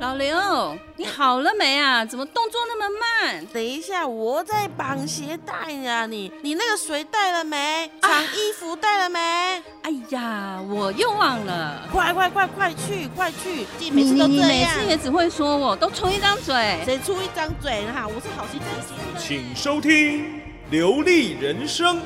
老刘，你好了没啊？怎么动作那么慢？等一下，我在绑鞋带呢。你你那个水带了没？长衣服带了没？哎呀，我又忘了。快快快快去快去！你每你次都你你这每样次，也只会说我，都出一张嘴。谁出一张嘴哈？我是好心好心的。请收听《流利人生》。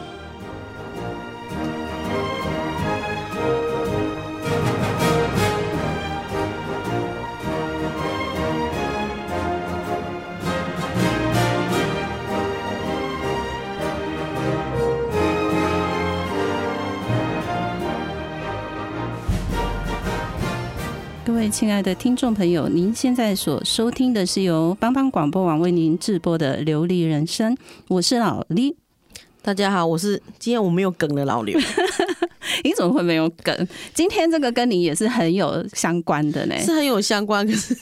各位亲爱的听众朋友，您现在所收听的是由帮帮广播网为您直播的《流利人生》，我是老李。大家好，我是今天我没有梗的老 刘，你怎么会没有梗？今天这个跟你也是很有相关的呢。是很有相关，可是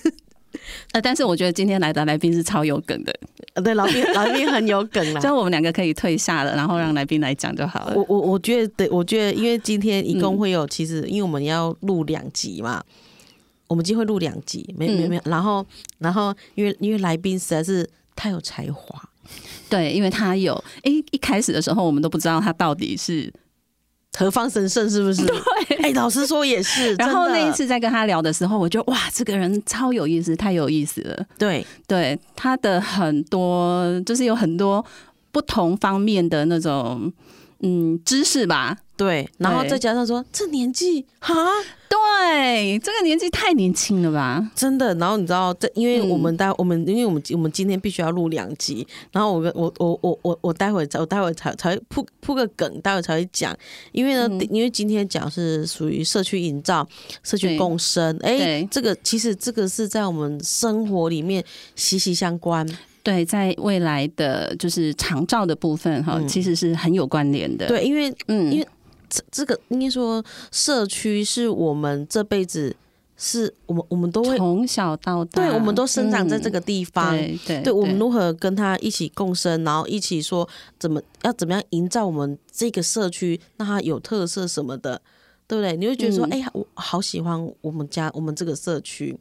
呃，但是我觉得今天来的来宾是超有梗的，呃对老 兵老兵很有梗啦只。要我们两个可以退下了，然后让来宾来讲就好了。我我我觉得，我觉得，因为今天一嗯共会有，其实因为我们要录两集嘛，我们今天会录两集，没没嗯没有，然后然后因为因为来宾实在是太有才华，对，因为他有，诶，一开始的时候我们都不知道他到底是，何方神圣是不是？ 对，哎，老师说也是，然后真的那一次在跟他聊的时候，我就哇，这个人超有意思，太有意思了。对对他的很多，就是有很多不同方面的那种嗯知识吧。对，然后对再加上说这年纪哈，对，这个年纪太年轻了吧？真的，然后你知道这，因为嗯我们待、我们因为我们我们今天必须要录两集，然后我跟我我我我我待会才我待会才才铺铺个梗，待会才会讲，因为呢，嗯因为今天讲是属于社区营造、社对区共生，哎对，这个其实这个是在我们生活里面息息相关，对，在未来的就是长照的部分哈，嗯其实是很有关联的。，对，因为因嗯为，这这个应该说社区是我们这辈子是我们我们都会，从小到大，对，我们都生长在这啊嗯个地方，对对对我们如何跟他一起共生，然后一起说怎么要怎么样营造我们这个社区，让它有特色什么的，对不对？你会觉得说，嗯哎、呀，我好喜欢我们家我们这个社区。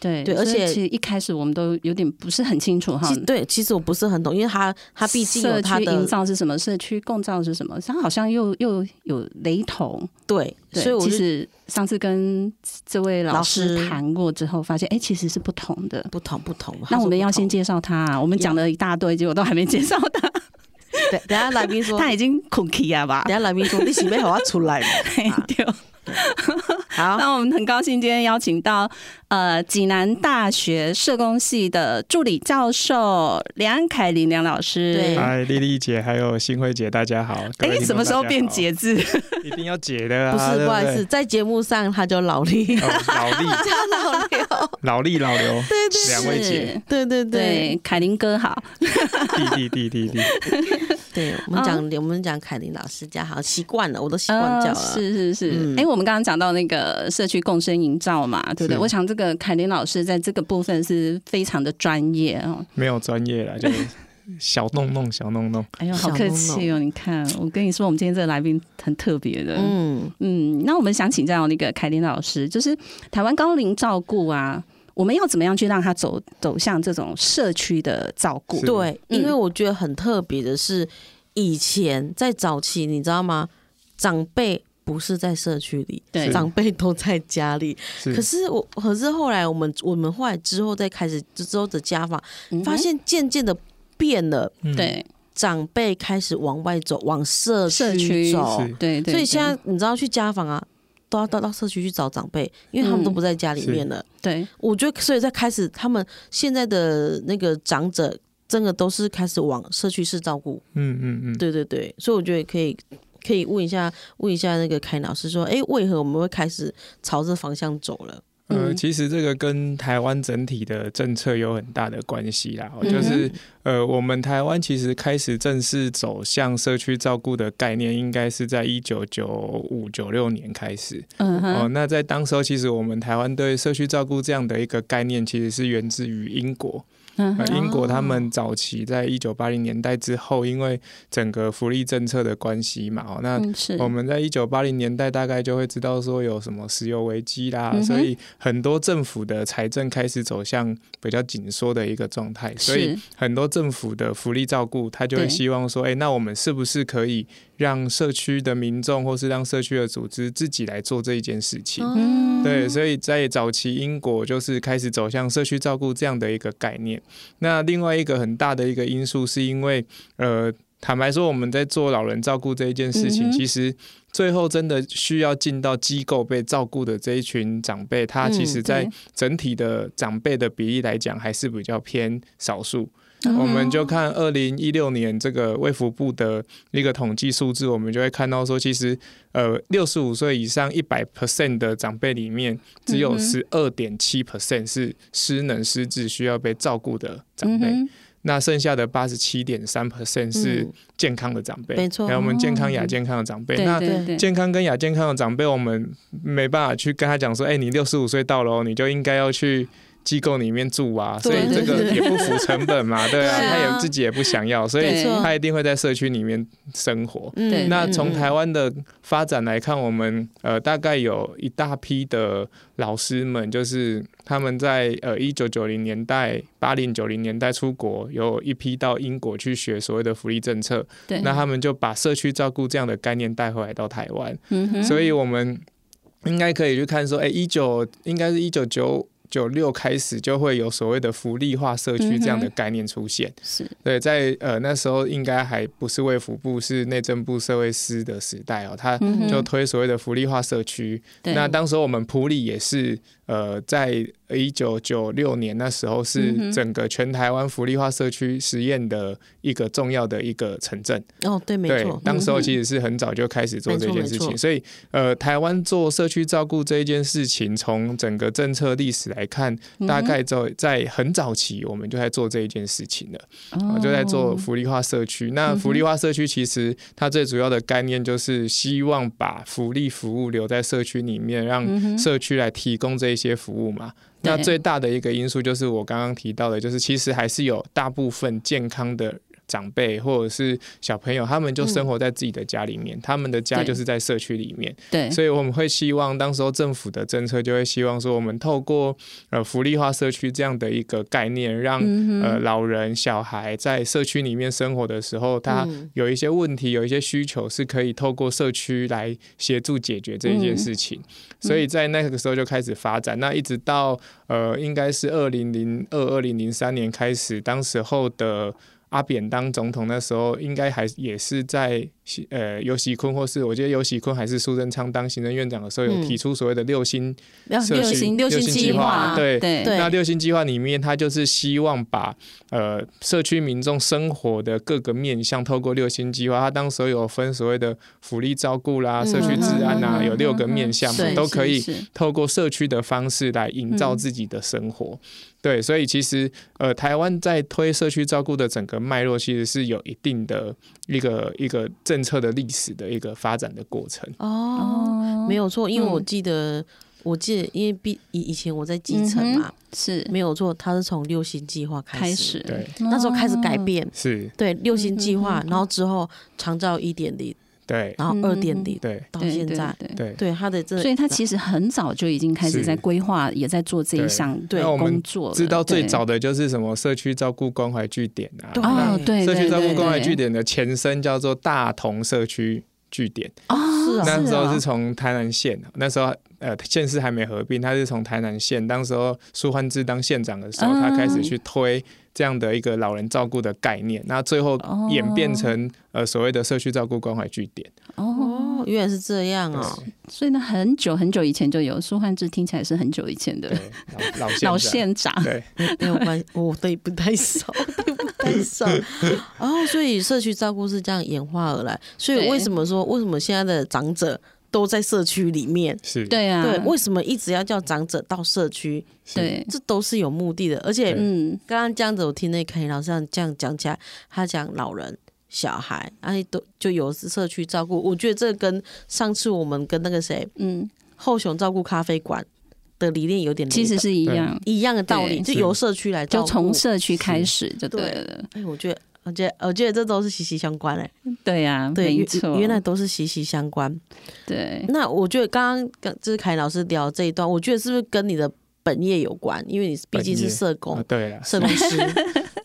对对所以而且其实一开始我们都有点不是很清楚哈其。对，其实我不是很懂，因为他他毕竟有社他区营的造是什么？社区共造是什么？它好像又又有雷同，对，对所以我其是实上次跟这位老老师师谈过之后，发现哎、其实是不同的。不同不同。他那说我们不要同先介绍他、我们讲了一大堆，结果都还没介绍他，等等下来 宾说，他 等已经恐 k 啊吧？下来宾说，你准备好要出来 吗啊对。哦好，那我们很高兴今天邀请到呃济南大学社工系的助理教授梁凯林梁老师。对哎、嗨，丽丽姐，还有新慧姐，大家好。各位听众什么时候变？大节制？家好一定要解的啊！不是，对不不好意对思，在节目上他就老力， 哦老力，老力哦，老力，老刘，对对两位姐，对对对，凯林哥好。弟弟，弟弟，弟。对，我们讲、嗯我们讲凯琳老师家好习惯了，我都习惯叫了。是是是。哎、嗯我们刚刚讲到那个社区共生营造嘛，对不对？是我想这个凯林老师在这个部分是非常的专业哦。没有专业了，就是小弄弄，小弄弄。哎呦，好小客弄气哦！你看，我跟你说，我们今天这个来宾很特别的。嗯嗯，那我们想请教那个凯琳老师，就是台湾高龄照顾啊，我们要怎么样去让他走走向这种社区的照顾？是对，嗯因为我觉得很特别的是，以前在早期，你知道吗？长辈不是在社区里，对是长辈都在家里。可是是我，可是后来我们我们后来之后再开始之后的家访，嗯发现渐渐的变了，嗯，对长辈开始往外走，往社社区走。是对对，所以现在在你知道去家访啊，都要到到社区去找长辈，因为他们都嗯不在家里面了。对我觉得，所以在开始，他们现在的那个长者，真的都是开始往社区式照顾。嗯嗯嗯，对对对，所以我觉得可以可以问一下问一下那个凯老师说，哎，为何我们会开始朝这方向走了？呃，嗯其实这个跟台湾整体的政策有很大的关系啦，哦嗯哼就是呃，我们台湾其实开始正式走向社区照顾的概念，应该是在一九九五九六年开始。嗯哦，哼，那在当时候，其实我们台湾对社区照顾这样的一个概念，其实是源自于英国。嗯呃哼，英国他们早期在一九八零年代之后，因为整个福利政策的关系嘛，哦，那嗯是我们在一九八零年代大概就会知道说有什么石油危机啦，嗯哼所以很多政府的财政开始走向比较紧缩的一个状态，所以是很多政府的福利照顾，他就会对希望说，哎、那我们是不是可以让社区的民众或是让社区的组织自己来做这一件事情？嗯对，所以在早期英国就是开始走向社区照顾这样的一个概念。那另外一个很大的一个因素，是因为呃，坦白说，我们在做老人照顾这一件事情，嗯哼其实最后真的需要进到机构被照顾的这一群长辈，他其实在嗯对整体的长辈的比例来讲，还是比较偏少数。哦我们就看二零一六年这个卫福部的一个统计数字，我们就会看到说，其实呃六十五岁以上一百 percent 的长辈里面，只有嗯哼十二点七 percent 是失能失智需要被照顾的长嗯辈，哼那剩下的八十七点三 percent 是健康的长辈，没错还有我们健康哦亚健康的长辈，对那对对，健康跟亚健康的长辈，我们没办法去跟他讲说，哎、你六十五岁到了哦，你就应该要去机构里面住啊，所对以这对个对也不符成本嘛，对啊，对啊他也自己也不想要，所对以没错他一定会在社区里面生活。嗯对那嗯从嗯台湾的发展来看，我们呃大概有一大批的老师们，就是他们在呃一九九零年代、八零九零年代出国，有一批到英国去学所谓的福利政策，对，那他们就把社区照顾这样的概念带回来到台湾。嗯哼，所以我们应该可以去看说，哎、1一九应该是一九九九六开始就会有所谓的福利化社区这样的嗯哼概念出现。是对，在呃那时候应该还不是卫福部，是内政部社会司的时代哦，他嗯哼就推所谓的福利化社区。对那当时我们普里也是呃，在一九九六年那时候嗯哼是整个全台湾福利化社区实验的一个重要的一个城镇。哦，对，没对错，，当时候嗯其实是很早就开始做这件事没错没情，错所以呃，台湾做社区照顾这一件事情，从整个政策历史来看，大嗯概在在很早期我们就在做这一件事情了，哦啊就在做福利化社区。嗯那福利化社区其实它最主要的概念就是希望把福利服务留在社区里面，让社区来提供这一些服务嘛。那嗯对最大的一个因素就是我刚刚提到的，就是其实还是有大部分健康的长辈或者是小朋友，他们就生活在自己的家里面，他们的家嗯对就是在社区里面，对，所以我们会希望，当时候政府的政策就会希望说，我们透过呃福利化社区这样的一个概念，让、呃老人、小孩在社区里面生活的时候，他嗯有一些问题、有一些需求是可以透过社区来协助解决这一件事情，所嗯以在那个时候就开始发展，那一直到呃应该是二零零二、二零零三年开始，当时候的。阿扁当总统那时候，应该还也是在呃尤喜坤，或是我记得尤喜坤还是苏贞昌当行政院长的时候，有嗯提出所谓的六星要社六区星六星星计计啊划对对对那六星计划里面，它就是希望把呃社区民众生活的各个面向，透过六星计划，它当时有分所谓的福利照顾啦、嗯社区治安啊，嗯有六个面向嘛对都可以是是透过社区的方式来营嗯造自己的生活。对，所以其实呃，台湾在推社区照顾的整个脉络，其实是有一定的一个一个政策的历史的一个发展的过程。哦，哦，没有错，因为我嗯记得，我记得，因为毕以以前我在基层嗯哼嘛，是没有错，它是从六星计划开开始始，对，那时候开始改哦变，是，对六星计嗯划哼嗯，哼然后之后长照一点零，对，然后嗯二嗯点零，对，到对现对在，对对。对它的这，所以他其实很早就已经开始是在规划，也在做这一对项对那我们工作了。知道最对早的就是什么社区照顾关怀据点啊，对哦，对，社区对照顾对关怀对据点的前身叫做大同社区据点，哦，是啊那时候啊是从台南县，那时候呃县市还没合并，他是从台南县，当时候苏焕智当县长的时候，嗯他开始去推这样的一个老人照顾的概念，那最后哦演变成呃所谓的社区照顾关怀据点。哦，哦，原来是这样哦，所以呢，很久很久以前就有苏焕智，听起来是很久以前的对，老老老县县长长。对，没有关系， 我对不太熟， 对不太熟。哦然后，所以社区照顾是这样演化而来。所以为什么说为什么现在的长者都在社区里面。是，对啊，对，为什么一直要叫长者到社区？是，对，这都是有目的的。而且对嗯，刚刚这样子，我听那凯老师这样这样讲起来，他讲老人、小孩，哎，都就有社区照顾。我觉得这跟上次我们跟那个谁嗯，后熊照顾咖啡馆的理念有点雷其实同是一样，一样的道理，就是由社区来照就顾。从社区开始就对对了，哎，我觉得。我觉得，我觉得这都是息息相关诶、对呀、啊，对，没原错，原来都是息息相关。对，那我觉得刚刚跟就是凯老师聊这一段，我觉得是不是跟你的本业有关？因为你毕竟本业是社工啊，，对了，社工师。，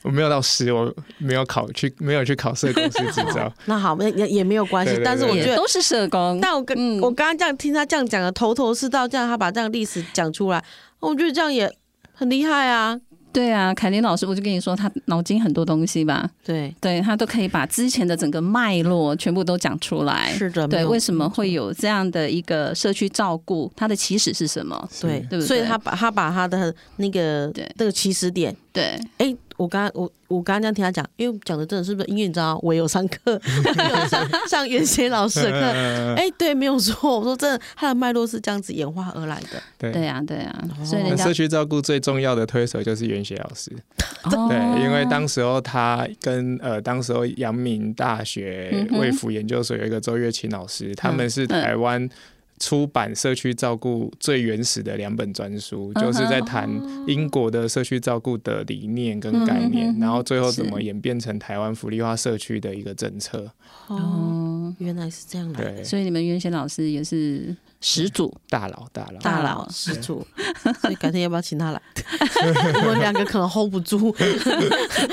我没有到师，我没有考去，没有去考社工师执照 那好，那也也没有关系。对对对但是我也觉得，都是社工，但我跟、嗯我刚刚这样听他这样讲的头头是道，这样他把这样历史讲出来，我觉得这样也很厉害啊。对啊，凯琳老师，我就跟你说，他脑筋很多东西吧，对，对他都可以把之前的整个脉络全部都讲出来。是的，没哎对，有为什么会有这样的一个社区照顾？它的起始是什么？对对不所以对他把他把他的那个对那个起始点，对，哎，我刚刚我我刚刚这样听他讲，因为讲的真的是不是？因为你知道，我有 上课， 我有上上原先老师的课，嗯哎、对，没有错。我说真的，它的脉络是这样子演化而来的。对对啊，对啊，哦所以那人家社区照顾最重要的推手就是袁学老师，哦对，因为当时候他跟呃，当时候阳明大学嗯哼嗯卫福研究所有一个周月琴老师，他们是台湾出版社区照顾最原始的两本专书，嗯哼就是在谈英国的社区照顾的理念跟概嗯念哼嗯，哼然后最后怎么是演变成台湾福利化社区的一个政策。哦，哦，原来是这样来的嗯对，所以你们袁贤老师也是始祖，大佬，大佬，大佬师祖，所以改天要不要请 他来？我们两个可能 hold 不住，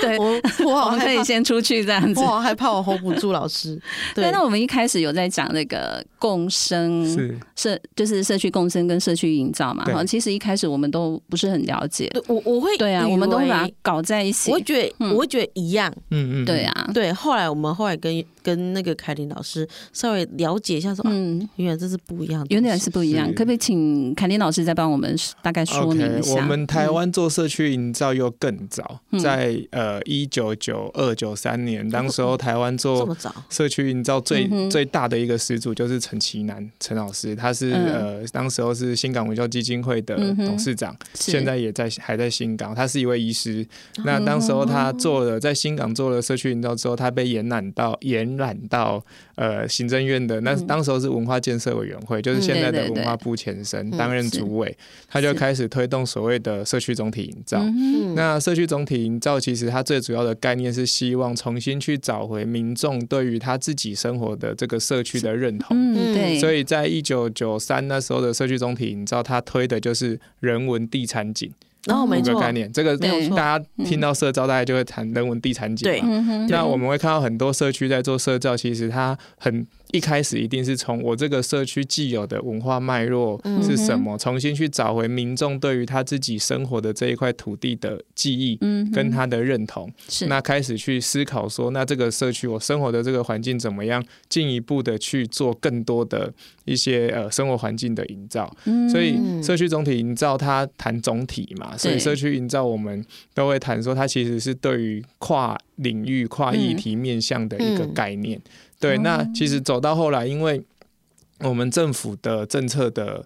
对我 我我好们哦可害以怕，先出去这样子我。好害怕我 hold 不住老师。对，对，那我们一开始有在讲那个共生是社，就是社区共生跟社区营造嘛。对哈，其实一开始我们都不是很了解。对我我会对啊，以我们都为把它搞在一起我。会觉得、嗯我会觉得一样。嗯嗯，对，啊，对，后来我们后来跟跟那个凯琳老师稍微了解一下说、啊，嗯，原来这是不一样的东西，有点是不一样。是可不可以请凯琳老师再帮我们大概说明一 o 下 k 我们台湾做社区营造又更早，嗯在呃一九九二九三年，当时候台湾这做么早。社区营造最、嗯哼最大的一个始祖就是陈其南陈老师，他是、嗯呃当时候是新港文教基金会的嗯哼董事长，是哦现在也在还在新港，他是一位医师。那当时候他做了在新港做了社区营造之后，他被延揽到延揽到呃行政院的那、当时候是文化建设委员会，就是现嗯在嗯对的对对文化部前身嗯担任是主委，他是就开始推动所谓的社区总体营造。嗯嗯那社区总体营造其实它最主要的概念是希望重新去找回民众对于他自己生活的这个社区的认同。嗯，对，所以在一九九三那时候的社区总体营造，它推的就是人文地产景然后没这个错，概念。这个哦没有错大家听到社造，大家就会谈人文地产景对嘛。嗯哼，那我们会看到很多社区在做社造，其实它很一开始一定是从我这个社区既有的文化脉络嗯是什么，重新去找回民众对于他自己生活的这一块土地的记忆。嗯哼跟他的认同，是那开始去思考说，那这个社区我生活的这个环境怎么样，进一步的去做更多的一些呃生活环境的营造。所以社区总体营造它谈总体嘛，所以嗯对社区营造我们都会谈说，它其实是对于跨领域、跨议题面向的一个嗯概念。哦对，那其实走到后来，因为我们政府的政策的。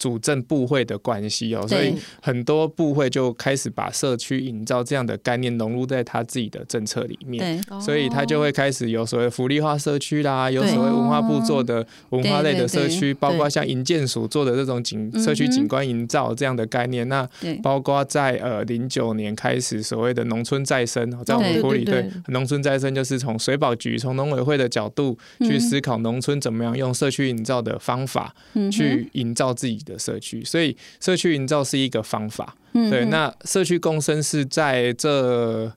主政部会的关系哦，所以对很多部会就开始把社区营造这样的概念融入在他自己的政策里面，对所以他就会开始有所谓福利化社区啦，有所谓文化部做哦的文化类的社区，包括像营建署做的这种景嗯社区景观营造这样的概念。那对，包括在呃零九年开始所谓的农村再生，在我对们普里哦对对对农村再生就是从水保局、从农委会的角度去嗯思考农村怎么样用社区营造的方法嗯哼去营造自己的社区，所以社区营造是一个方法。嗯对，哼那社区共生是在这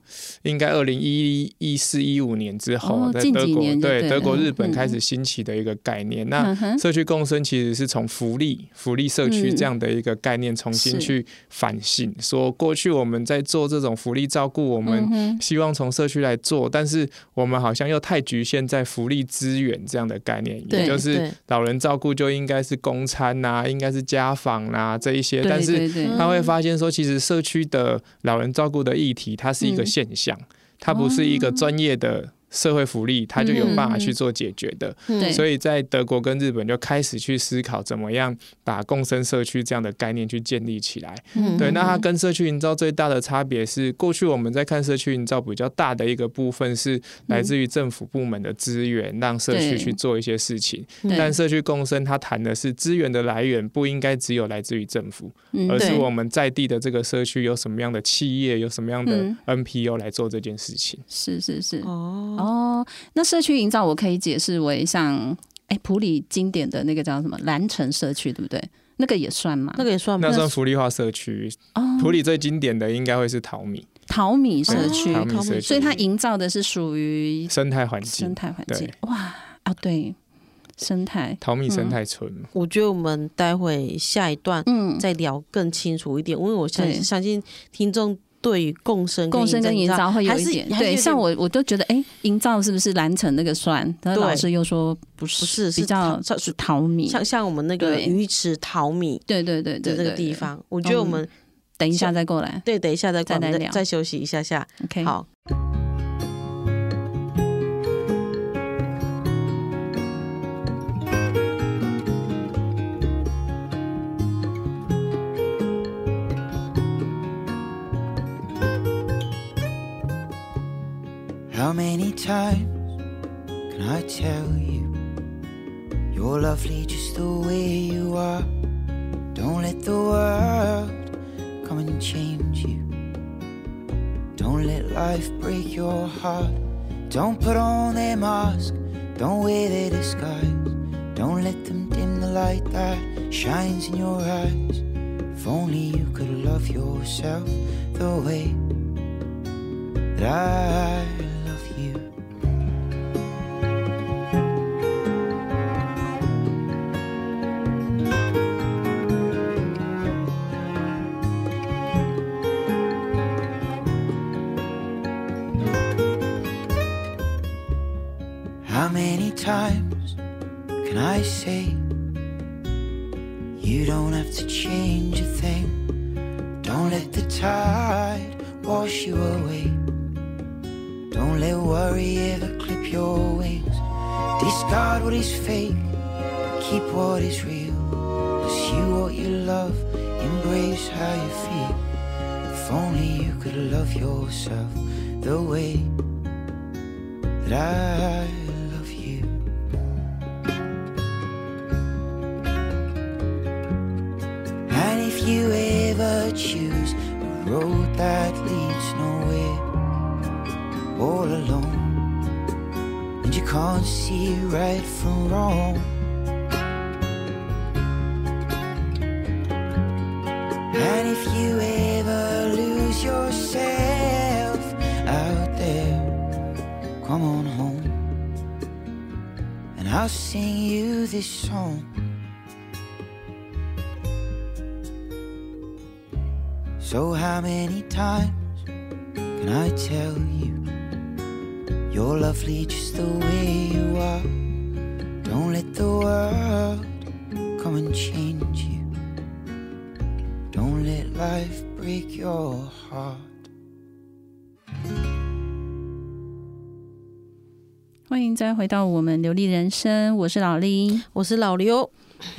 应该二零一一四一五年之后，哦在近德几国年就对德国了日本嗯开始兴起的一个概念。嗯那哼社区共生其实是从福利、福利社区嗯这样的一个概念重是新去反省，说过去我们在做这种福利照顾，我嗯们哼希望从社区来做，但是我们好像又太局限在福利资源这样的概念，对也就是对老人照顾就应该是公餐呐、应该是家访呐、这一些，对但是对对他会发现说，其实嗯社区的老人照顾的议题，它是一个现象，它不是一个专业的。社会福利，它就有办法嗯去做解决的。对所以在德国跟日本就开始去思考怎么样把共生社区这样的概念去建立起来。嗯对，那它跟社区营造最大的差别是，过去我们在看社区营造比较大的一个部分是来自于政府部门的资源，让社区对去做一些事情。对但社区共生它谈的是资源的来源不应该只有来自于政府，嗯而是对我们在地的这个社区有什么样的企业，有什么样的嗯 NPO 来做这件事情。是是是哦，哦，那社区营造我可以解释为像哎普里经典的那个叫什么蓝城社区，对不对？那个也算嘛？那个也算吗那算福利化社区，哦，普里最经典的应该会是淘米淘米社对区，淘米嗯社区，所以它营造的是属于生态环嗯生境，态环对境。哇啊，对，生态，淘米生嗯态村嘛。我觉得我们待会下一段嗯，再聊更清楚一点，因为我相对相信听众对于共生、共生跟营造会有还一是点还是对，有像我我都觉得，哎、营造是不是蓝城那个算？但是对老师又说不是，不是是比较草是淘米。像像我们那个对鱼池淘米对对对的对，这个对地，方，我觉得我们对等一下再过来。对等一下再再管来聊再休息一下下。 OK，，好， How many times can I tell you you're lovely just the way you are? Don't let the world come and change you. Don't let life break your heart. Don't put on their mask. Don't wear their disguise. Don't let them dim the light that shines in your eyes. If only you could love yourself the way that I love you. How many times can I say you don't have to change a thing? Don't let the tide wash you away. Don't let worry ever clip your wings. Discard what is fake, keep what is real. Pursue what you love, embrace how you feel. If only you could love yourself the way that I love you. And if you ever choose a road that leads nowhere all alone and you can't see right from wrong and if you ever lose yourself out there come on home and i'll sing you this song so how many times can i tell you you're lovely just the way you are. Don't let the world come and change you. Don't let life break your heart. 欢迎再回到我们流利人生，我是老林。我是老刘，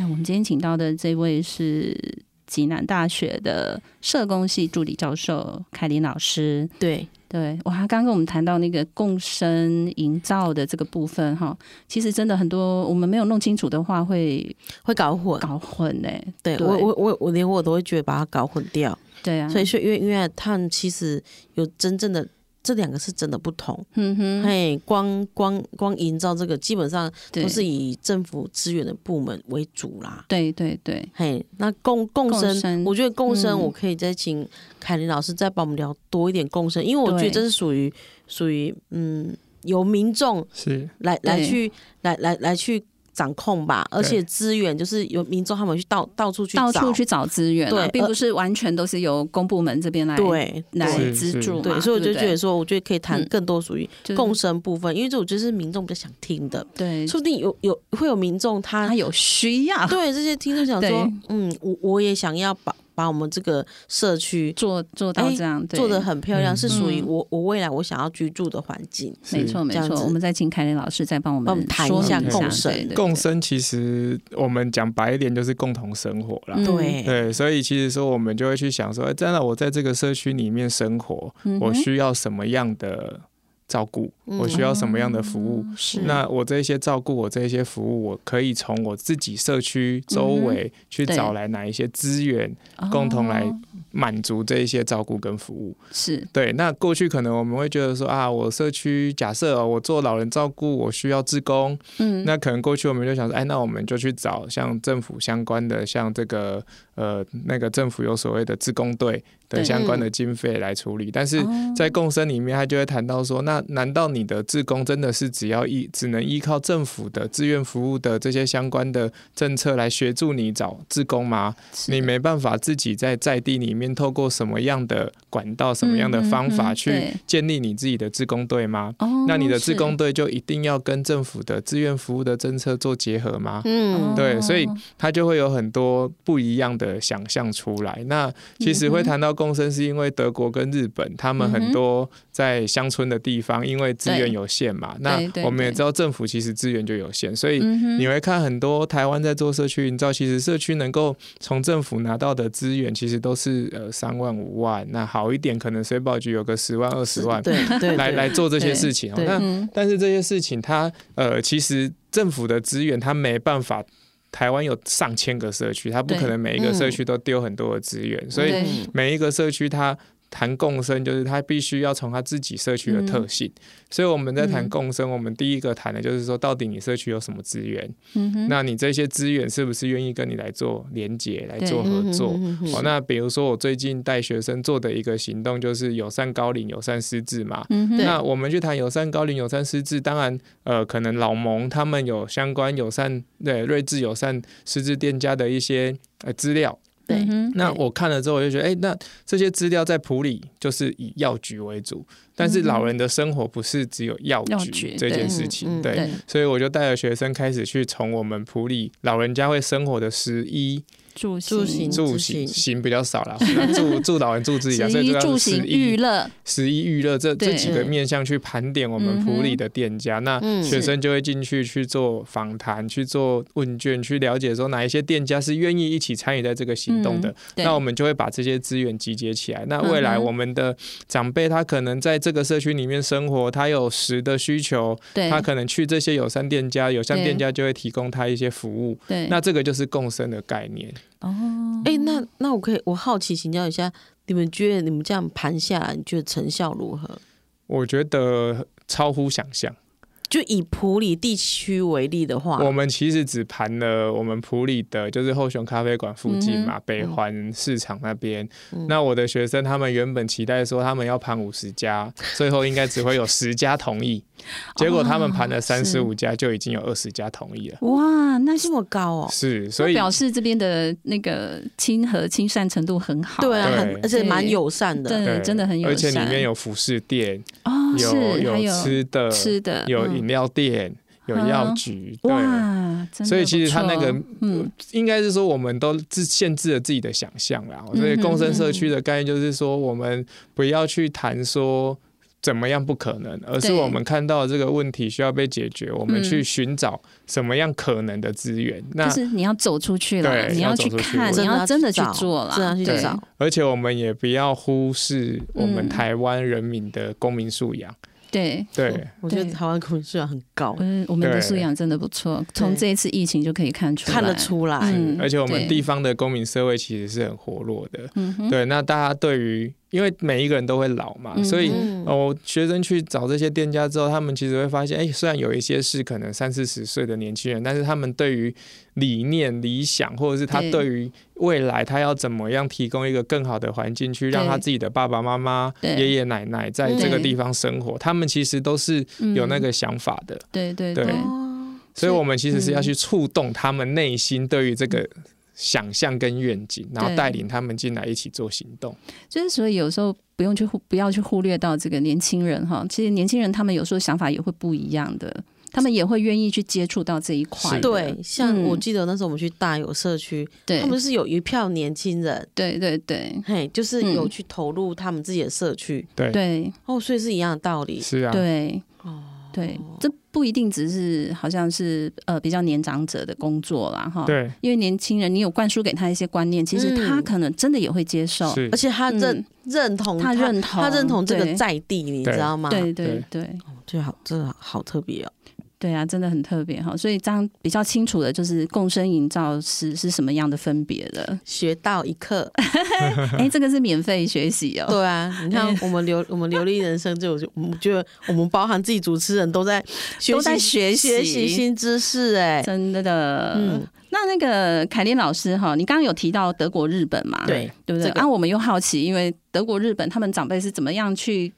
那我们今天请到的这位是济南大学的社工系助理教授凯琳老师。对，对，哇，刚刚跟我们谈到那个共生营造的这个部分哈，其实真的很多我们没有弄清楚的话会会搞混，搞混欸嘞、对对我我我我连我都会觉得把它搞混掉，对啊，所以说因为因为他们其实有真正的这两个是真的不同，嗯哼，嘿，光光光营造这个基本上对都是以政府资源的部门为主啦。对对对，嘿，那共共生，共生我觉得共生，嗯我可以再请凯琳老师再帮我们聊多一点共生，因为我觉得对这是属于属于嗯，由民众是来对来去来来来去掌控吧，而且资源就是由民众他们去到到处去到找处去找资源、啊，对并呃不是完全都是由公部门这边来对来对是资助嘛，对，所以我就不觉得说，我觉得可以谈嗯更多属于就是共生部分，因为这我觉得是民众比较想听的，对，说不定有有会有民众他他有需要，哎对这些听众想说对，嗯，我我也想要保把我们这个社区做做到这样，对哎做的很漂亮，嗯是属于嗯我我未来我想要居住的环境。没错是没这样错。子我们再请凯琳老师再帮我帮我们谈说一下明共生对对对共生其实我们讲白一点就是共同生活啦。嗯对，对，所以其实说我们就会去想说，哎真的我在这个社区里面生活，嗯我哼需要什么样的照顾，嗯我需要什么样的服务。是那我这些照顾，我这些服务，我可以从我自己社区周围去嗯对找来哪一些资源，共同来哦满足这一些照顾跟服务。是对，那过去可能我们会觉得说啊，我社区假设、哦、我做老人照顾，我需要志工，嗯那可能过去我们就想说，哎，那我们就去找像政府相关的，像这个呃那个政府有所谓的自工队的对嗯相关的经费来处理。但是哦在共生里面，他就会谈到说，那难道你的自工真的是只要依只能依靠政府的志愿服务的这些相关的政策来协助你找自工吗？是你没办法自己在在地里面透过什么样的管道、什么样的方嗯嗯法嗯去对建立你自己的自工队吗？哦那你的志是工队就一定要跟政府的志愿服务的政策做结合吗？嗯，对哦所以它就会有很多不一样的想象出来。那其实嗯会谈到共生，是因为德国跟日本他们很多在乡村的地方，因为资源有限嘛。那对对我们也对知道政府其实资源就有限，所以嗯哼你会看很多台湾在做社区营造，其实社区能够从政府拿到的资源，其实都是呃三万五万，那好一点可能水保局有个十万二十万。对对对来来做这些事情、哦。对那嗯但是这些事情它，呃，其实政府的资源它没办法。台湾有上千个社区，它不对可能每一个社区都丢很多的资嗯源，所以对每一个社区它谈共生，就是它必须要从它自己社区的特性。嗯所以我们在谈嗯共生，我们第一个谈的就是说，到底你社区有什么资源？嗯哼那你这些资源是不是愿意跟你来做连结、来做合作？嗯哦，那比如说我最近带学生做的一个行动就是友善高龄、友善失智嘛。嗯哼对那我们去谈友善高龄、友善失智，当然，呃，可能老蒙他们有相关友善对睿智友善失智店家的一些呃资料。对嗯哼那我看了之后，我就觉得，哎、那这些资料在普里就是以药局为主，但是老人的生活不是只有药药局局这件对事情，嗯嗯对。对所以我就带着学生开始去从我们普里老人家会生活的食衣住住行住自行信行比较少啦， 那住住老人住自己啊，所以衣主要住是行十娱一乐，十一娱乐这这对嗯几个面向去盘点我们普里的店家，那嗯学生就会进去去做访谈、去做问卷、去了解说哪一些店家是愿意一起参与在这个行动的。嗯对那我们就会把这些资源集结起来。那未来嗯哼我们的长辈他可能在这个社区里面生活，他有食的需求，对他可能去这些友善店家，友善对店家就会提供他一些服务。对那这个就是共生的概念。哦哎，那那我可以，我好奇请教一下，你们觉得你们这样盘下来，你觉得成效如何？我觉得超乎想象。就以普里地区为例的话，我们其实只盘了我们普里的，就是后雄咖啡馆附近嗯嘛，北环市场那边。那我的学生他们原本期待说他们要盘五 十家，最后应该只会有十家同意，哦结果他们盘了三十五家，就已经有二十家同意了。哇，那这么高哦，是，所那以表示这边的那个亲和亲善程度很好，对啊，对很而且蛮友善的，对，真的很友而且善，里面有服饰店，哦，有是还有吃的，吃的，有嗯饮料店，有嗯药局，对。哇，真的所以其实他不错那个呃嗯应该是说我们都自限制了自己的想象啦。哦所嗯以共生社区的概念就是说，我们不要去谈说。怎么样不可能，而是对我们看到这个问题需要被解决，我们嗯去寻找什么样可能的资源。那就是你要走出去了，对你要去走出去看，我你要真的去找做了，真的对去找，而且我们也不要忽视我们嗯台湾人民的公民素养。对，对，我觉得对台湾公民素养很高，嗯，我们的对素养真的不错，从对这一次疫情就可以看出来，看得，出来，嗯而且我们对地方的公民社会其实是很活络的。嗯哼，对，那大家对于因为每一个人都会老嘛，嗯所以嗯哦，学生去找这些店家之后，他们其实会发现，哎、虽然有一些是可能三四十岁的年轻人，但是他们对于理念、理想，或者是他对对于未来他要怎么样提供一个更好的环境，去让对他自己的爸爸妈妈、对爷爷奶奶在这个对地方生活，他们其实都是有那嗯个想法的。对对对哦所以我们其实是要嗯去触动他们内心对于这个想象跟愿景，然后对带领他们进来一起做行动。就是所以有时候不用去忽不要去忽略到这个年轻人哈，其实年轻人他们有时候想法也会不一样的。他们也会愿意去接触到这一块。是对，像嗯我记得那时候我们去大有社区，对他们是有一票年轻人，对对对嘿，就是嗯有去投入他们自己的社区，对，对哦，所以是一样的道理。是啊，对，哦对，这不一定只是好像是呃比较年长者的工作啦，哈。。对，因为年轻人，你有灌输给他一些观念，其实他嗯可能真的也会接受。是而，且他认、嗯认同他认同他认同这对个在地，你对知道吗？对对对哦，这好，这好特别哦。。对啊，真的很特别哈。所以这样比较清楚的就是共生营造是是什么样的分别 的学到一 课，哎，这个是免费学习哦。对啊，你看我们流我们流利人生就，就我们觉得我们包含自己主持人都在学习都在学习学习新知识、哎，真的的。嗯那那个凯琳老师哈，你刚刚有提到德国、日本嘛？对对不对？这个啊，我们又好奇，因为德国、日本他们长辈是怎么样去，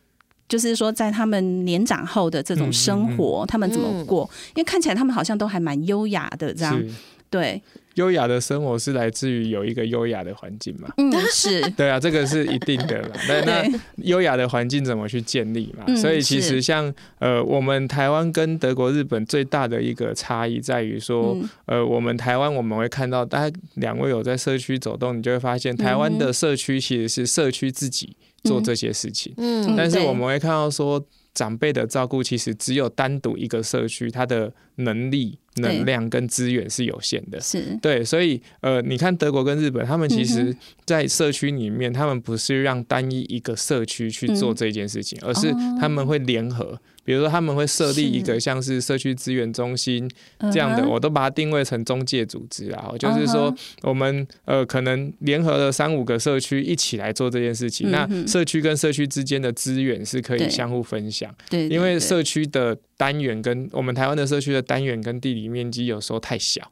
就是说在他们年长后的这种生嗯活，他们怎么过？因为看起来他们好像都还蛮优雅的这样。是对，优雅的生活是来自于有一个优雅的环境嘛。 嗯，是对啊，这个是一定 的啦。 那嗯对那优雅的环境怎么去建立嘛？嗯所以其是实像呃，我们台湾跟德国、日本最大的一个差异在于说，嗯呃，我们台湾我们会看到，大家两位有在社区走动，你就会发现台湾嗯的社区其实是社区自己做这些事情，嗯但是对我们会看到说。长辈的照顾其实只有单独一个社区，它的能力、对能量跟资源是有限的。是，对，所以呃，你看德国跟日本，他们其嗯实，在社区里面，他们不是让单一一个社区去做嗯这件事情，而是他们会联合，比如说他们会设立一哦是个像是社区资源中心这样的，嗯哼我都把它定位成中介组织啊，就是嗯说哼我们呃可能联合了三五个社区一起来做这件事嗯情，哼那社区跟社区之间的资源是可对以相互分享，对，对因为对社区的单元跟我们台湾的社区的单元跟地理面积有时候太小。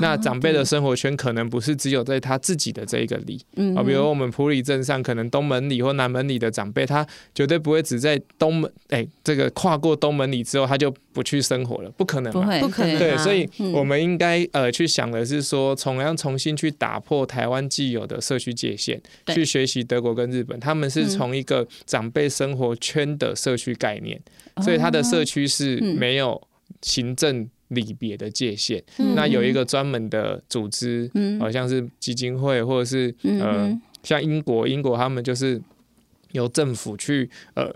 那长辈的生活圈可能不是只有在他自己的这一个里嗯啊，比如我们普里镇上，可能东门里或南门里的长辈，他绝对不会只在东门，哎、这个跨过东门里之后，他就不去生活了，不可能不嘛。会不可能对，啊所以嗯我们应该呃去想的是说，从要重新去打破台湾既有的社区界限，对去学习德国跟日本，他们嗯是从一个长辈生活圈的社区概念，哦所以它的社区区是嗯没有行政里别的界限。那有一个专门的组织，嗯好、像是基金会，或者是嗯呃嗯，像英国，英国他们就是由政府去呃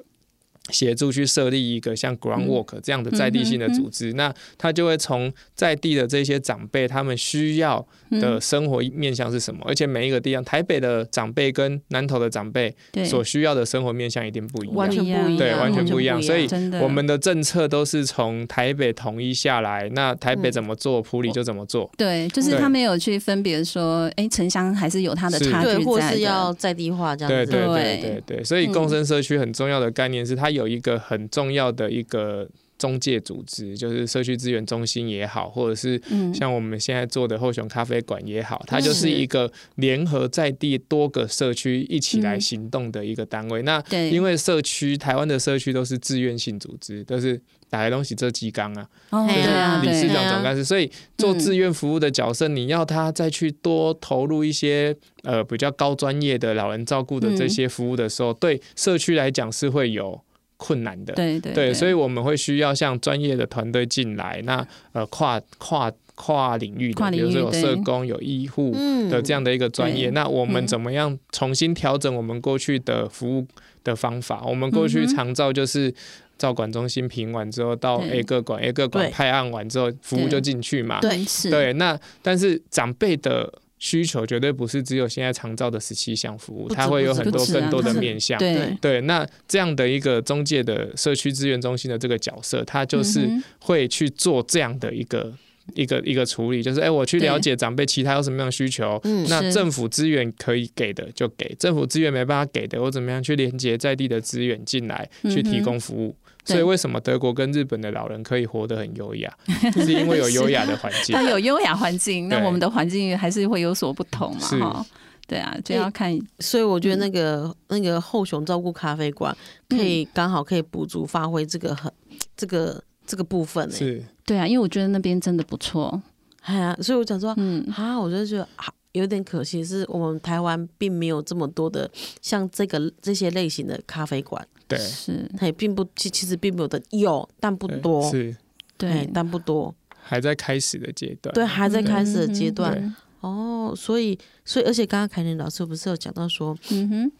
协助去设立一个嗯像 Groundwork 这样的在地性的组织，那他就会从在地的这些长辈他们需要嗯的生活面向是什么，而且每一个地方，台北的长辈跟南投的长辈对所需要的生活面向一定不一样，完全不一样，对完全不一样所以真的我们的政策都是从台北统一下来，那台嗯北怎么做，普里就怎么做。对，就是对他没有去分别说，哎，城乡还是有它的是差距在的，对，或是要在地化这对样对子，对对对对，所以共生社区很重要的概念是，它有一个很重要的一个中介组织，就是社区资源中心也好，或者是嗯像我们现在做的后熊咖啡馆也好，它就是一个联合在地多个社区一起来嗯行动的一个单位。那对，因为为社区台湾的社区都是自愿性组织，都是打开东西这鸡缸啊，哦哎对就是啊理事对长、啊总干事，所以做嗯志愿服务的角色，你要他再去多投入一些呃比较高专业的老人照顾的这些服务的时候，对社区来讲是会有困难的。对对对，所以以我们会需要像专业的团队进来，那呃跨跨跨领域跨的，领比域如说有对社工、有医护嗯的这样的一个专业，对那我嗯们怎么样重新调整我们过去的服务的方法？我们过去嗯哼常照就是。照管中心评完之后，到对 A 个管，A 个管对派案完之后，服务对就进去嘛。对是，对，那但是长辈的需求绝对不是只有现在常照的十七项服务，不止它会有不止很多不止啊更多它的是面向。对嗯对对，那这样的一个中介的社区资源中心的这个角色，他就是嗯哼会去做这样的一个。一个一个处理，就是哎、我去对了解长辈其他有什么样的需求，嗯那是政府资源可以给的就给，政府资源没办法给的，我怎么样去连接在地的资源进来，去提嗯供服务。对所以为什么德国跟日本的老人可以活得很优雅，就是因为有优雅的环境它。有优雅环境，那对我们的环境还是会有所不同嘛，是哈。对啊，就要看所以我觉得嗯那个、那个后熊照顾咖啡馆可以刚好可以补足发挥这个很这个这个部分、欸，是，对啊，因为我觉得那边真的不错，哎呀，所以我想说，嗯，啊，我就觉得啊，有点可惜，是我们台湾并没有这么多的像这个这些类型的咖啡馆，对，是它也并不其其实并没有的有，但不对多。是，哎对，但不多，还在开始的阶段。对，还在嗯开始的阶段。对哦，所以，所以，而且刚刚凯琳老师不是有讲到说，嗯哼，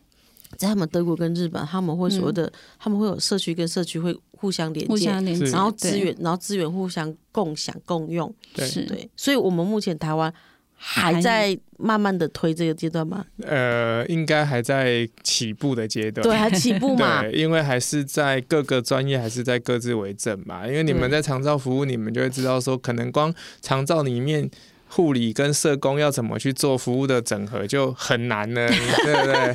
在他们德国跟日本，他们会所谓的，他们会有社区跟社区会互相连嗯互接，相连接，是然后对资源，然后资源互相共享共用。对是对，所以我们目前台湾还还在慢慢的推这个阶段吗？呃，应该还在起步的阶段。对，还起 步嘛。对，因为还是在各个专业还是在各自为政嘛。因为你们在长照服务，你们就会知道说，可能光长照里面。护理跟社工要怎么去做服务的整合就很难 了，对不对？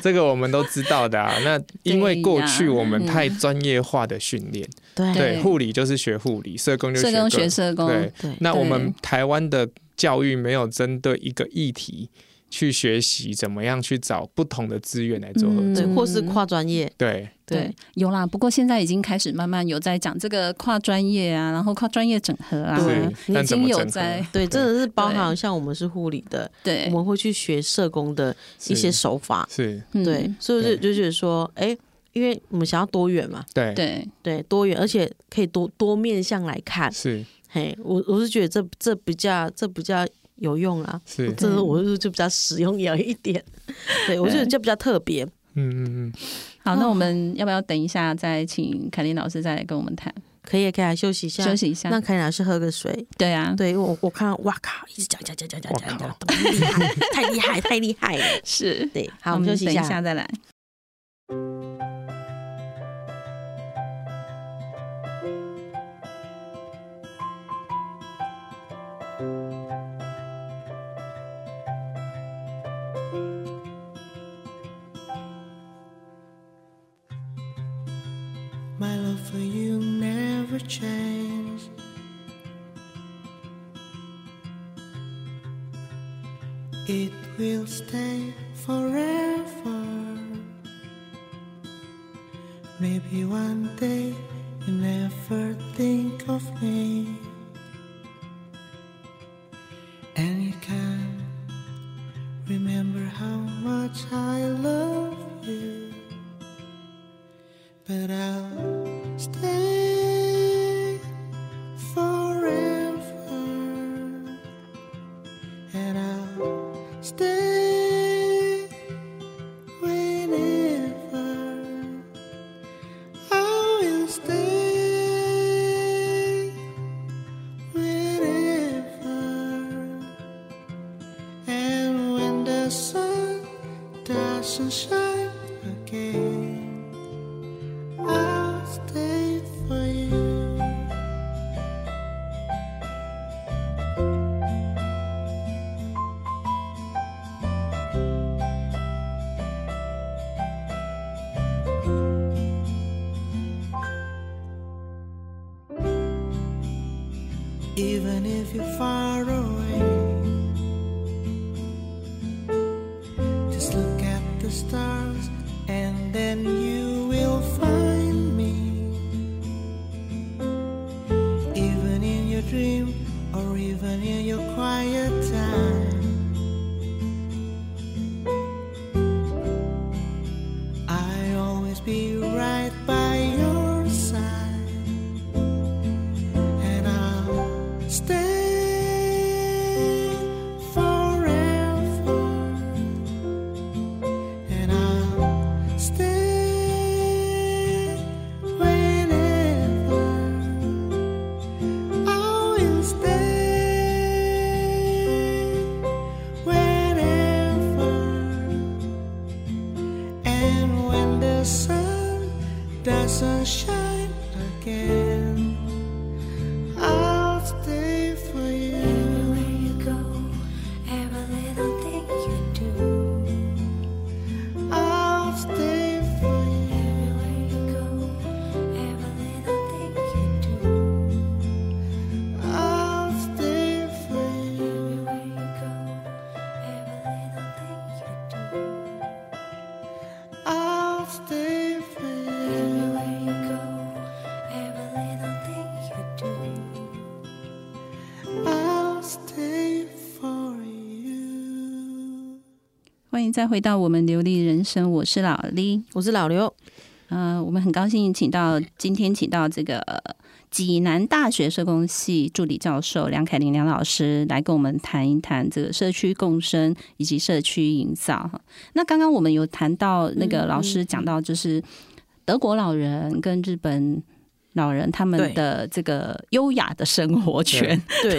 这个我们都知道的啊。那因为过去对呀我们太专业化的训练，对嗯对对护理就是学护理，社工就社学工各学社工，对，对那我们对台湾的教育没有针对一个议题去学习怎么样去找不同的资源来做合作。嗯对，或是跨专业，对，对对，有啦。不过现在已经开始慢慢有在讲这个跨专业啊，然后跨专业整合啊对，是已但经怎么有整合在对，真的是包对含像我们是护理的，我对，们会去学社工的一些手法，是，嗯对，所以我就就觉得说，哎，因为我们想要多元嘛，对，对对，多元，而且可以多多面向来看，是嘿，我我是觉得这这比较这比较有用啦，是，这个我就是就比较实用有一点， 对我觉得就比较特别，嗯嗯嗯，好，那我们要不要等一下再请凯琳老师再来跟我们谈，可以可以来休息一下，休息一下让？凯老师喝个水。对啊，对，因为我我看到，哇靠，一直讲讲讲讲讲哇讲讲，厉害，太厉害，太厉害了。是。 对，好，我们休息等一一下。下再来。 My love for you never changed. It will stay forever. Maybe one day you never think of me. And you can remember how much I love you but I'll stay forever, and I'll stay whenever I will stay whenever, and when the sun doesn't shine again. I'll stay for you. Even if you're far away, just look at the stars and then you will find me. Even in your dream or even in your quiet time, I'll always be right by your side, and I'll stay forever and I'll stay whenever I will stay whenever and when the sun doesn't shine again I'll stay for you Where you go, every little thing you do, I'll stay for you everywhere you go, every little thing you do, I'll stay for you everywhere you go, every little thing you do, I'll stay for you. everywhere you go, every little thing you do, I'll stay for you. 欢迎再回到我们流利人生，我是老李。 我是老刘，呃，我们很高兴请到今天请到这个呃济南大学社工系助理教授梁凯琳梁老师来跟我们谈一谈这个社区共生以及社区营造。哈那刚刚我们有谈到那个老师讲到，就是德国老人跟日本老人他们对的这个优雅的生活圈。对，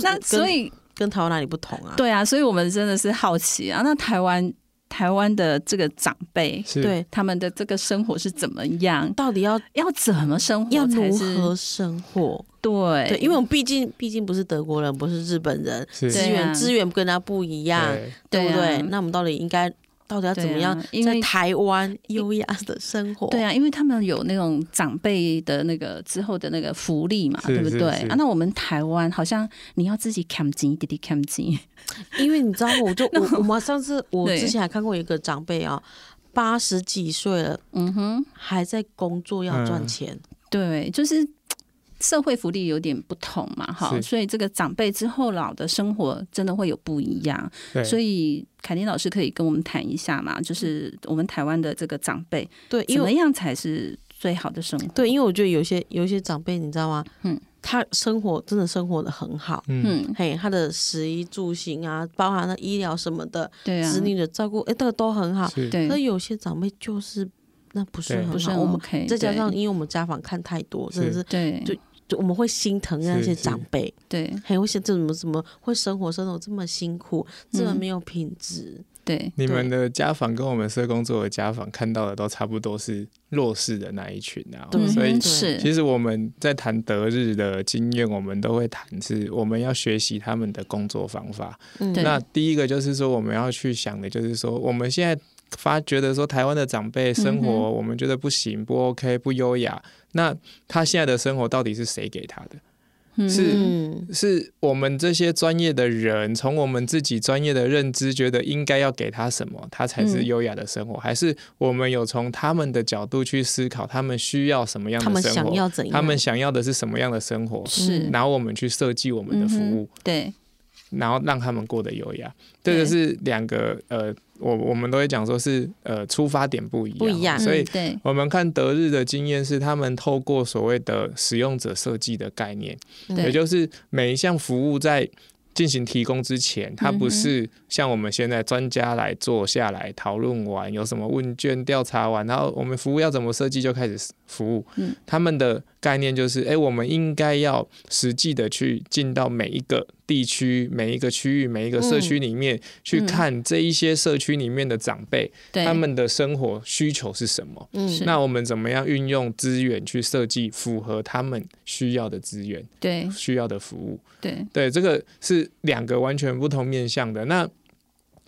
那跟所以跟台湾哪里不同啊？对啊，所以我们真的是好奇啊，那台湾台湾的这个长辈是，对，他们的这个生活是怎么样？到底要要怎么生活要才如是何生活？对？对，因为我们毕竟毕竟不是德国人，不是日本人，对是资啊源资源跟他不一样，对对不对啊对？那我们到底应该到底要怎么样对啊因为在台湾优雅的生活？对啊，因为他们有那种长辈的那个之后的那个福利嘛，是对不是对是啊？那我们台湾好像你要自己 cam 金，弟弟 cam 金，因为你知道，我 就我我们上次我对之前还看过一个长辈啊，八十几岁了，嗯哼，还在工作要嗯赚钱，对，就是嘖社会福利有点不同嘛，哈，是所以这个长辈之后老的生活真的会有不一样。对，所以以凯琳老师可以跟我们谈一下嘛，就是我们台湾的这个长辈对，怎因么为样才是最好的生活？对，因为我觉得有些有些长辈，你知道吗？嗯，他生活真的生活的很好。嗯，嗯，嘿，他的食衣住行啊，包含了医疗什么的，对啊，子女的照顾，哎、这个都很好。是，对可有些长辈就是那不是对很好，不是很我们 OK，再加对上因为我们家访看太多，真的是是对就就我们会心疼那是些是长辈，对还有一些怎么怎么会生活生活这么辛苦，这嗯么没有品质，对你们对的家访跟我们社工做的家访看到的都差不多是弱势的那一群啊，对所以嗯哼对其是实我们在谈德日的经验，我们都会谈是我们要学习他们的工作方法。嗯对那第一个就是说，我们要去想的就是说，我们现在发觉得说，台湾的长辈生活，嗯我们觉得不行、不 OK、不优雅。那他现在的生活到底是谁给他的？是嗯，是我们这些专业的人，从我们自己专业的认知，觉得应该要给他什么，他才是嗯优雅的生活？还是我们有从他们的角度去思考，他们需要什么样他的们生想活？要怎样？他们想要的是什么样的生活？是嗯然后我们去设计我们的服务，对然后让他们过得优雅。对这个是两个呃，我我们都会讲说是呃出发点不一样，不一样所以嗯。对我们看德日的经验是，他们透过所谓的使用者设计的概念，也对就是每一项服务在进行提供之前，它嗯不是像我们现在专家来坐下来讨论完，有什么问卷调查完，然后我们服务要怎么设计就开始服务。嗯他们的概念就是，哎，我们应该要实际的去进到每一个地区、每一个区域、每一个社嗯区里面、去看这一些社区里面的长辈、对他们的生活需求是什么。嗯是那我们怎么样运用资源去设计符合他们需要的资源？对需要的服务。对对，这个是两个完全不同面向的。那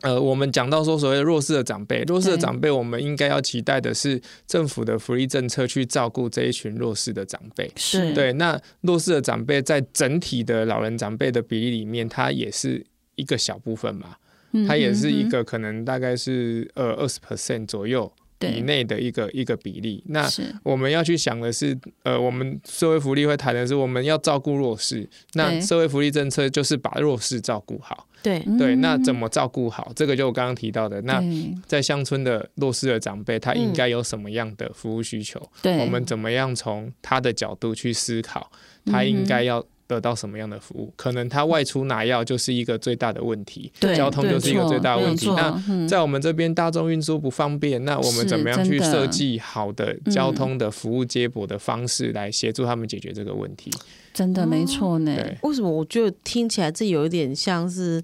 呃，我们讲到说所谓的弱势的长辈，弱势的对长辈，我们应该要期待的是政府的福利政策去照顾这一群弱势的长辈。是，对，那弱势的长辈在整体的老人长辈的比例里面，它也是一个小部分嘛，嗯它也是一嗯个可能大概是呃二十 percent 左右对以内的一个一个比例。嗯那是我们要去想的是，呃，我们社会福利会谈的是，我们要照顾弱势。那对社会福利政策就是把弱势照顾好。对对，那嗯怎么照顾好？这个就我刚刚提到的。那对嗯在乡村的弱势的长辈，他应该有什么样的服务需求？对我们怎么样从他的角度去思考，嗯他应该要得到什么样的服务？可能他外出拿药就是一个最大的问题，对交通对就是一个没最大的错问题。没有那错嗯在我们这边大众运输不方便，那我们是怎么样去真的设计好的交通的服务接驳的方式来协助他们解决这个问题？真的没错呢，哦对，为什么我觉得听起来这有一点像是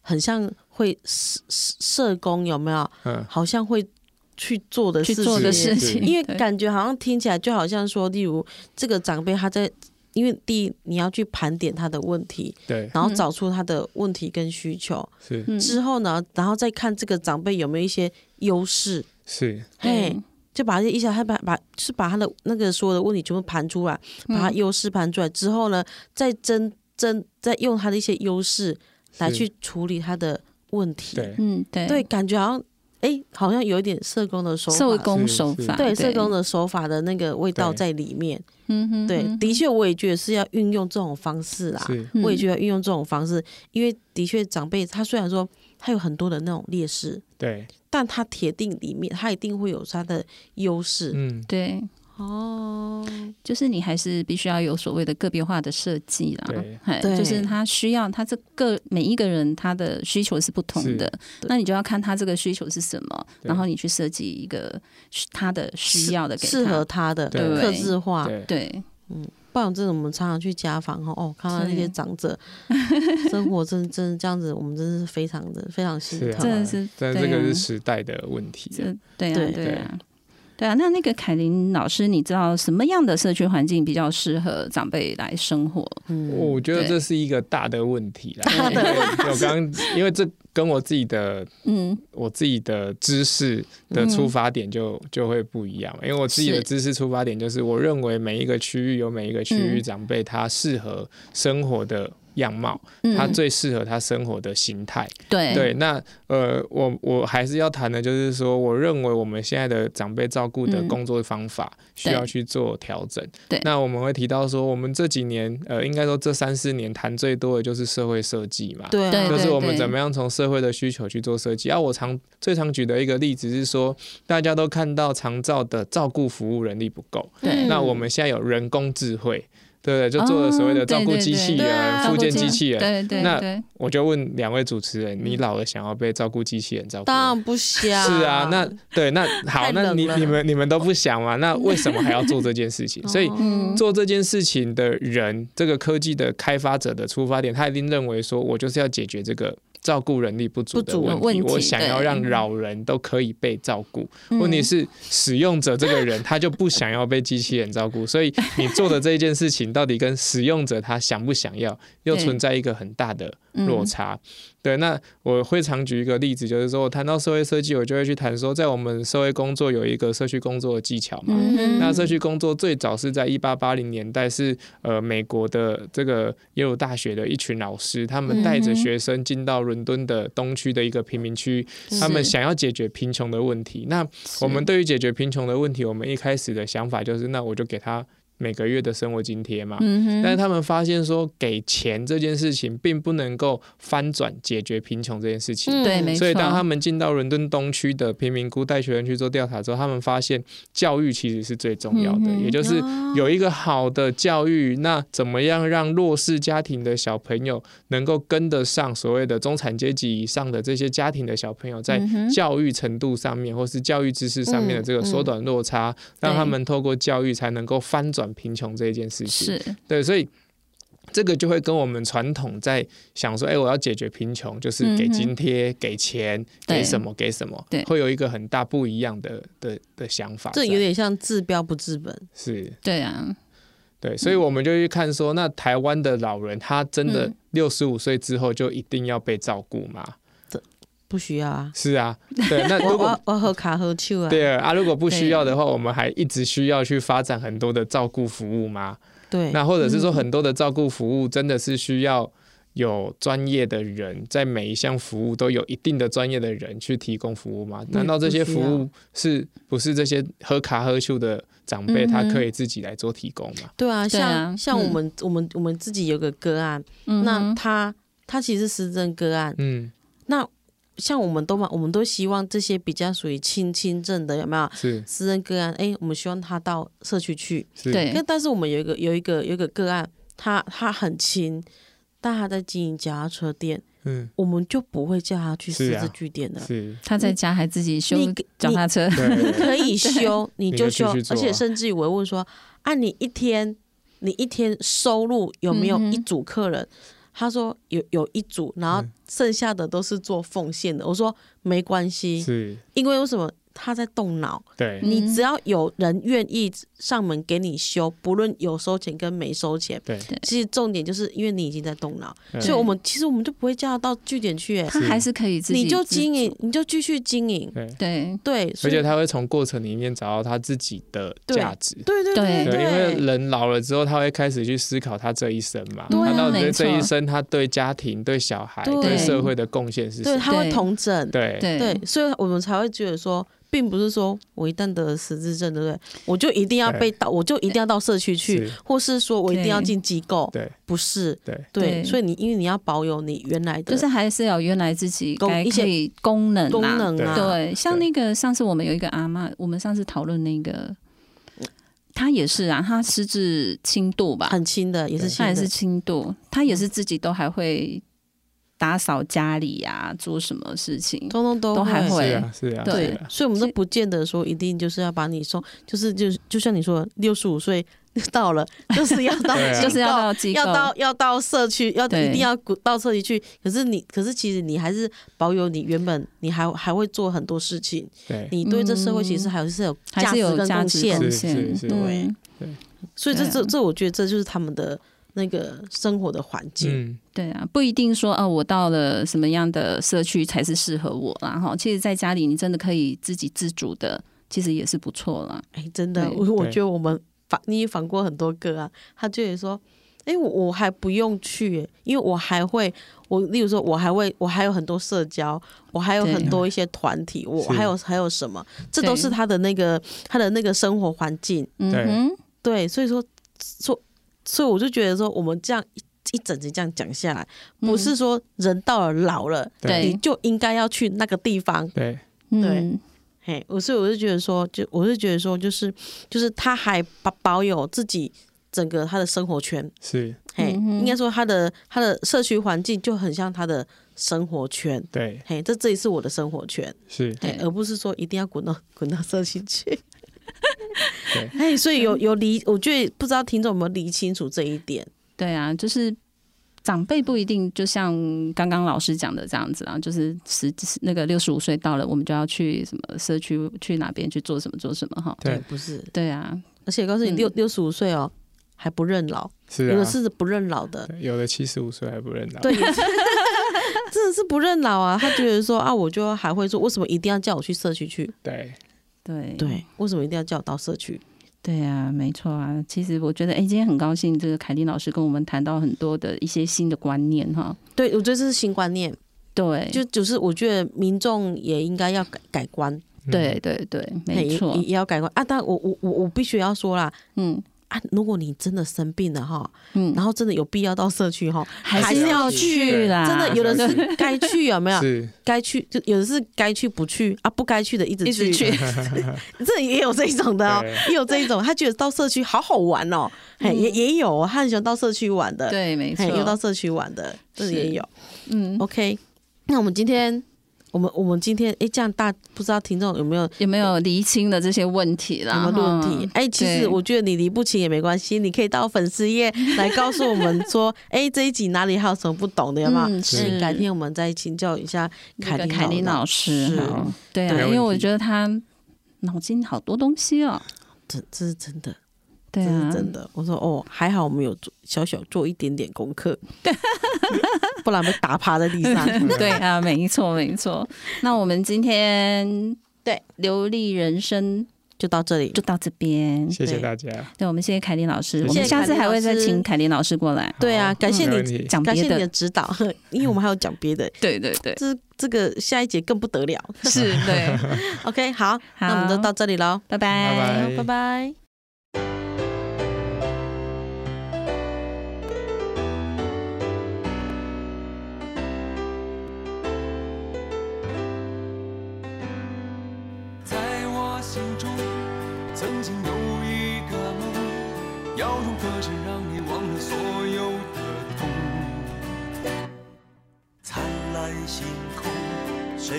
很像会社社社工有没有？嗯，好像会去做的去事做的情事情，因为对感觉好像听起来就好像说，例如这个长辈他在，因为第一你要去盘点他的问题，对，然后嗯找出他的问题跟需求，是嗯之后呢，然后再看这个长辈有没有一些优势，是，嘿，就把这一下他把把就是把他的那个所有的问题全部盘出来，把他嗯优势盘出来之后呢，再真真再用他的一些优势来是去处理他的问题，对，嗯对对，感觉好像哎，好像有一点社工的手法，社工是手是法对社工的手法的那个味道在里面。嗯哼对，嗯的确我也觉得是要运用这种方式啦，是，哼我也觉得运用这种方式，因为的确长辈他虽然说它有很多的那种劣势，对，但它铁定里面它一定会有它的优势。嗯，对，哦，就是你还是必须要有所谓的个别化的设计啦对，哎对就是他需要他这个每一个人他的需求是不同的，那你就要看他这个需求是什么，对然后你去设计一个需他的需要的给他适合他的对克制化，对，对，不然真的我们常常去家访哦，哦，看到那些是长者 生活真真的这样子，我们真是非常的非常心是疼真。的是但对这个啊是时代的问题啊。这对啊对对对啊。对啊，那那个凯琳老师，你知道什么样的社区环境比较适合长辈来生活？嗯，我觉得对这是一个大的问题啦。大的因为我刚刚因为这跟我自己的嗯，我自己的知识的出发点就、就会不一样嘛，因为我自己的是知识出发点就是我认为每一个区域有每一个区域嗯长辈他适合生活的样貌，嗯哎他最适合他生活的形态。对对，那呃，我我还是要谈的，就是说，我认为我们现在的长辈照顾的嗯工作方法需对要去做调整。对那我们会提到说，我们这几年，呃，应该说这三四年谈最多的就是社会设计嘛。对啊，就是我对们怎么样从社会的需求去做设计。啊，我常最常举的一个例子是说，大家都看到长照的照顾服务人力不够，对嗯那我们现在有人工智慧，对不对？就做了所谓的哦照顾对对机器对对人、啊附件照顾嗯机器人，对对那对，我就问两位主持人，你老了想要被照顾机器人照顾？当然不哦想。是啊，那对， 那好，太冷那你了你们你们都不想嘛？那为什么还要做这件事 情？所以嗯，做这件事情的人，这个科技的开发者的出发点，他一定认为说，我就是要解决这个照顾人力不足的不足问的题，问题我想要对嗯让老人都可以被照顾。问题是，使用者这个人他就不想要被机器人照顾，所以你做的这一件事情，到底跟使用者他想不想要，又对存在一个很大的嗯落差。对，那我会常举一个例子，就是说我谈到社会设计，我就会去谈说，在我们社会工作有一个社区工作的技巧嘛。嗯哼那社区工作最早是在一八八零年代，是呃美国的这个耶鲁大学的一群老师，他们带嗯着学生进到伦敦的东区的一个贫民区，他们是想要解决贫穷的问题。那是我们对于解决贫穷的问题，我们一开始的想法就是，那我就给他每个月的生活津贴嘛。嗯哼，啊但是他们发现说，给钱这件事情并不能够翻转解决贫穷这件事情。嗯对，没错，所以，当他们进到伦敦东区的贫民窟带学生去做调查之后，他们发现教育其实是最重要的，嗯哼也就是有一个好的教育，那怎么样让弱势家庭的小朋友能够跟得上所谓的中产阶级以上的这些家庭的小朋友，在嗯哼教育程度上面或是教育知识上面的这个缩短落差，让他们透过教育才能够翻转贫穷这一件事情。是对，所以这个就会跟我们传统在想说，哎、我要解决贫穷，就是给嗯哼津贴、给钱、对给什么、给什么对，会有一个很大不一样的的的想法在。这有点像治标不治本。是对啊，对，所以我们就去看说，那台湾的老人他真的嗯六十五岁之后就一定要被照顾吗？不需要啊，是啊，对，那我如果 我。我喝卡喝酒啊，对啊，如果不需要的话，我们还一直需要去发展很多的照顾服务吗？对，那或者是说，很多的照顾服务真的是需要有专业的人，在每一项服务都有一定的专业的人去提供服务吗？对难道这些服嗯不需务是不是这些喝卡喝秀的长辈嗯哼他可以自己来做提供吗？对啊，对像啊像嗯我们、我们我们自己有个个案，嗯那哼他他其实是失政个案，嗯，那像我们都嘛，我们都希望这些比较属于轻轻症的有没有？是私人个案，哎，我们希望他到社区去。是，对那但是我们有一个有一个有一个个案，他他很轻，但他在经营脚踏车店，嗯，我们就不会叫他去是私啊自据点的。 是，他在家还自己修你你脚踏 车，你 对，可以修，你你就就修，继续做啊而且甚至于我会问说，啊，你一天你一天收入有没有嗯哼一组客人？他说有有一组，然后嗯剩下的都是做奉献的。我说没关系，是，因为为什么他在动脑？对，嗯你只要有人愿意上门给你修，不论有收钱跟没收钱，对，其实重点就是因为你已经在动脑，嗯所以我们其实我们就不会叫他到据点去、欸，他还是可以自己你就自经营，你就继续经营，对，对对，而所以且他会从过程里面找到他自己的对价值。对对对 对对，因为对，人老了之后，他会开始去思考他这一生嘛，对啊他到底没在错这一生他对家庭、对小孩、对对社会的贡献是什对么？他会对同整，对对对，所以我们才会觉得说，并不是说我一旦得了失智症，对不对？我就一定要被到，我就一定要到社区去是，或是说我一定要进机构，对不是，对对对。所以你因为你要保有你原来的就是还是有原来自己功该一些可以功能、啊、功能啊，对，像那个上次我们有一个阿嬷，我们上次讨论那个，她也是啊，她失智轻度吧，很轻的也是轻她也是的，嗯轻度，她也是自己都还会打扫家里呀、做什么事情，通通都都还会是啊，是啊，对是啊所以我们都不见得说一定就是要把你送，就是就是就像你说，六十五岁 到了，就是要到对啊机构，就是要到机构，要到要到社区，要对一定要鼓到社区去。可是你，可是其实你还是保有你原本，你还还会做很多事情，对你对这社会其实还是有嗯还价是值有跟价贡值献。贡是献，是是对所以这对啊这这，我觉得这就是他们的那个生活的环境。嗯，对啊，不一定说啊，我到了什么样的社区才是适合我啦哈。其实，在家里你真的可以自给自足的，其实也是不错啦。哎、真的，对我我对觉得我们访你也访过很多个啊，他就会说。哎、我我还不用去、因为我还会，我例如说，我还会，我还有很多社交，我还有对很多一些团体，我是还有还有什么，这都对是他的那个他的那个生活环境。嗯对哼，对，所以说，所所以我就觉得说，我们这样一一整集这样讲下来，不是说人到了老了，嗯对你就应该要去那个地方。对嗯，嘿，我所以我就觉得说，就我就觉得说，就是就是他还保保有自己整个他的生活圈，是，嘿，嗯哼应该说他的他的社区环境就很像他的生活圈。对嘿，这这里是我的生活圈，是，嘿对，而不是说一定要滚到滚到社区 去。对哎，所以有有理，我觉得不知道听众有没有理清楚这一点。对啊，就是长辈不一定就像刚刚老师讲的这样子啊，就是十那个六十五岁到了，我们就要去什么社区去哪边去做什么做什么哈。对不是，对啊，而且告诉你，嗯六六十五岁哦，还不认老，是有的啊，是不认老的，对有的七十五岁还不认老，对，也是 真的是不认老啊。他觉得说啊，我就还会说，为什么一定要叫我去社区去？对对对，为什么一定要叫我到社区？对啊，没错啊。其实我觉得，哎，今天很高兴，这个凯琳老师跟我们谈到很多的一些新的观念哈。对，我觉得这是新观念，嗯对，就就是我觉得民众也应该要改改观，嗯对对对，没嘿错也，也要改观啊。但我我我我必须要说啦。嗯啊，如果你真的生病了哈，嗯，然后真的有必要到社区哈，还是要去啦，真的有的还是要是该去啊有没有？是，该去就有的是该去不去啊，不该去的一直一直去， 这也有这一种的哦对， 也有这一种，他觉得到社区好好玩哦，嘿，也也有哦，他很喜欢到社区玩的，嗯对，没错嘿，，哎有到哦社区玩的，这是也有。嗯， OK，那我们今天，我们我们今天，哎，这样大不知道听众有没有有没有厘清了这些问题什啦？么论题哈？哎，其实对我觉得你理不清也没关系，你可以到粉丝页来告诉 我们说，哎，这一集哪里还有什么不懂的，有没有？嗯是那改天我们再请教一下凯那个琳凯琳老师是，哈对啊，对因为我没问题觉得他脑筋好多东西哦，这这是真的。对这啊，是真的。我说哦，还好我们有做小小做一点点功课， 不然被打趴在地 上。嗯对啊，没错没错。那我们今天对流利人生就到这里就，到这边，谢谢对大家，对，我们谢谢凯琳老师，谢谢我们下次还会再凯琳老师请凯琳老师过来，对啊，好感谢没问你，题，讲感谢别你的的，指导， 因为我们还有讲别的，对对 对，这这个下一节更不得了。是，对， OK，好，那我们就好到这里喽， 拜拜拜好拜拜。在我心中，曾经有一个梦，要用歌声让你忘了所有的痛。灿烂星空，谁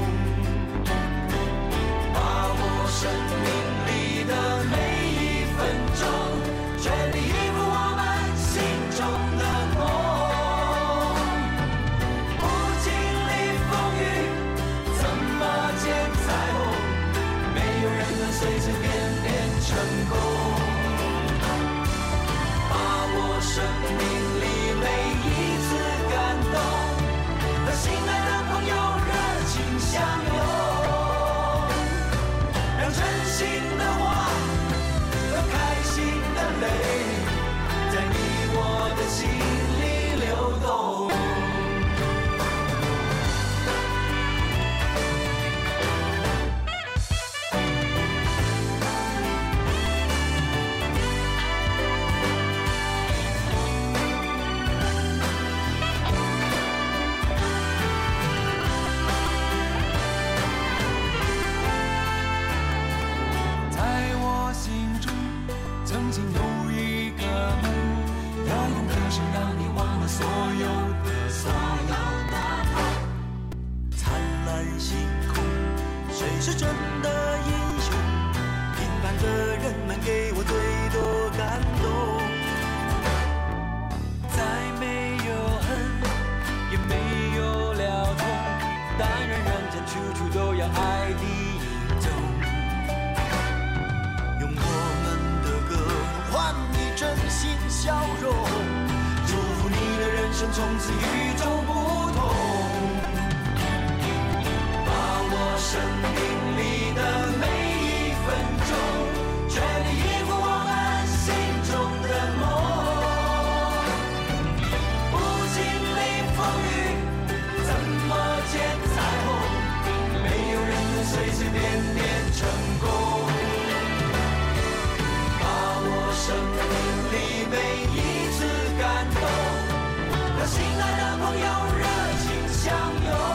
把握生命里的每一分钟，全力以赴我们心中的梦。不经历风雨，怎么见彩虹？没有人能随随便便成功。是真的英雄？平凡的人们给我最多感动。再没有恨，也没有了痛，但愿人间处处都有爱的影踪。用我们的歌换你真心笑容，祝福你的人生从此与众不同。把握生命里的每一分钟，全力以赴我们心中的梦。不经历风雨，怎么见彩虹？没有人能随随便便成功。把握生命里每一次感动，和心爱的朋友热情相拥。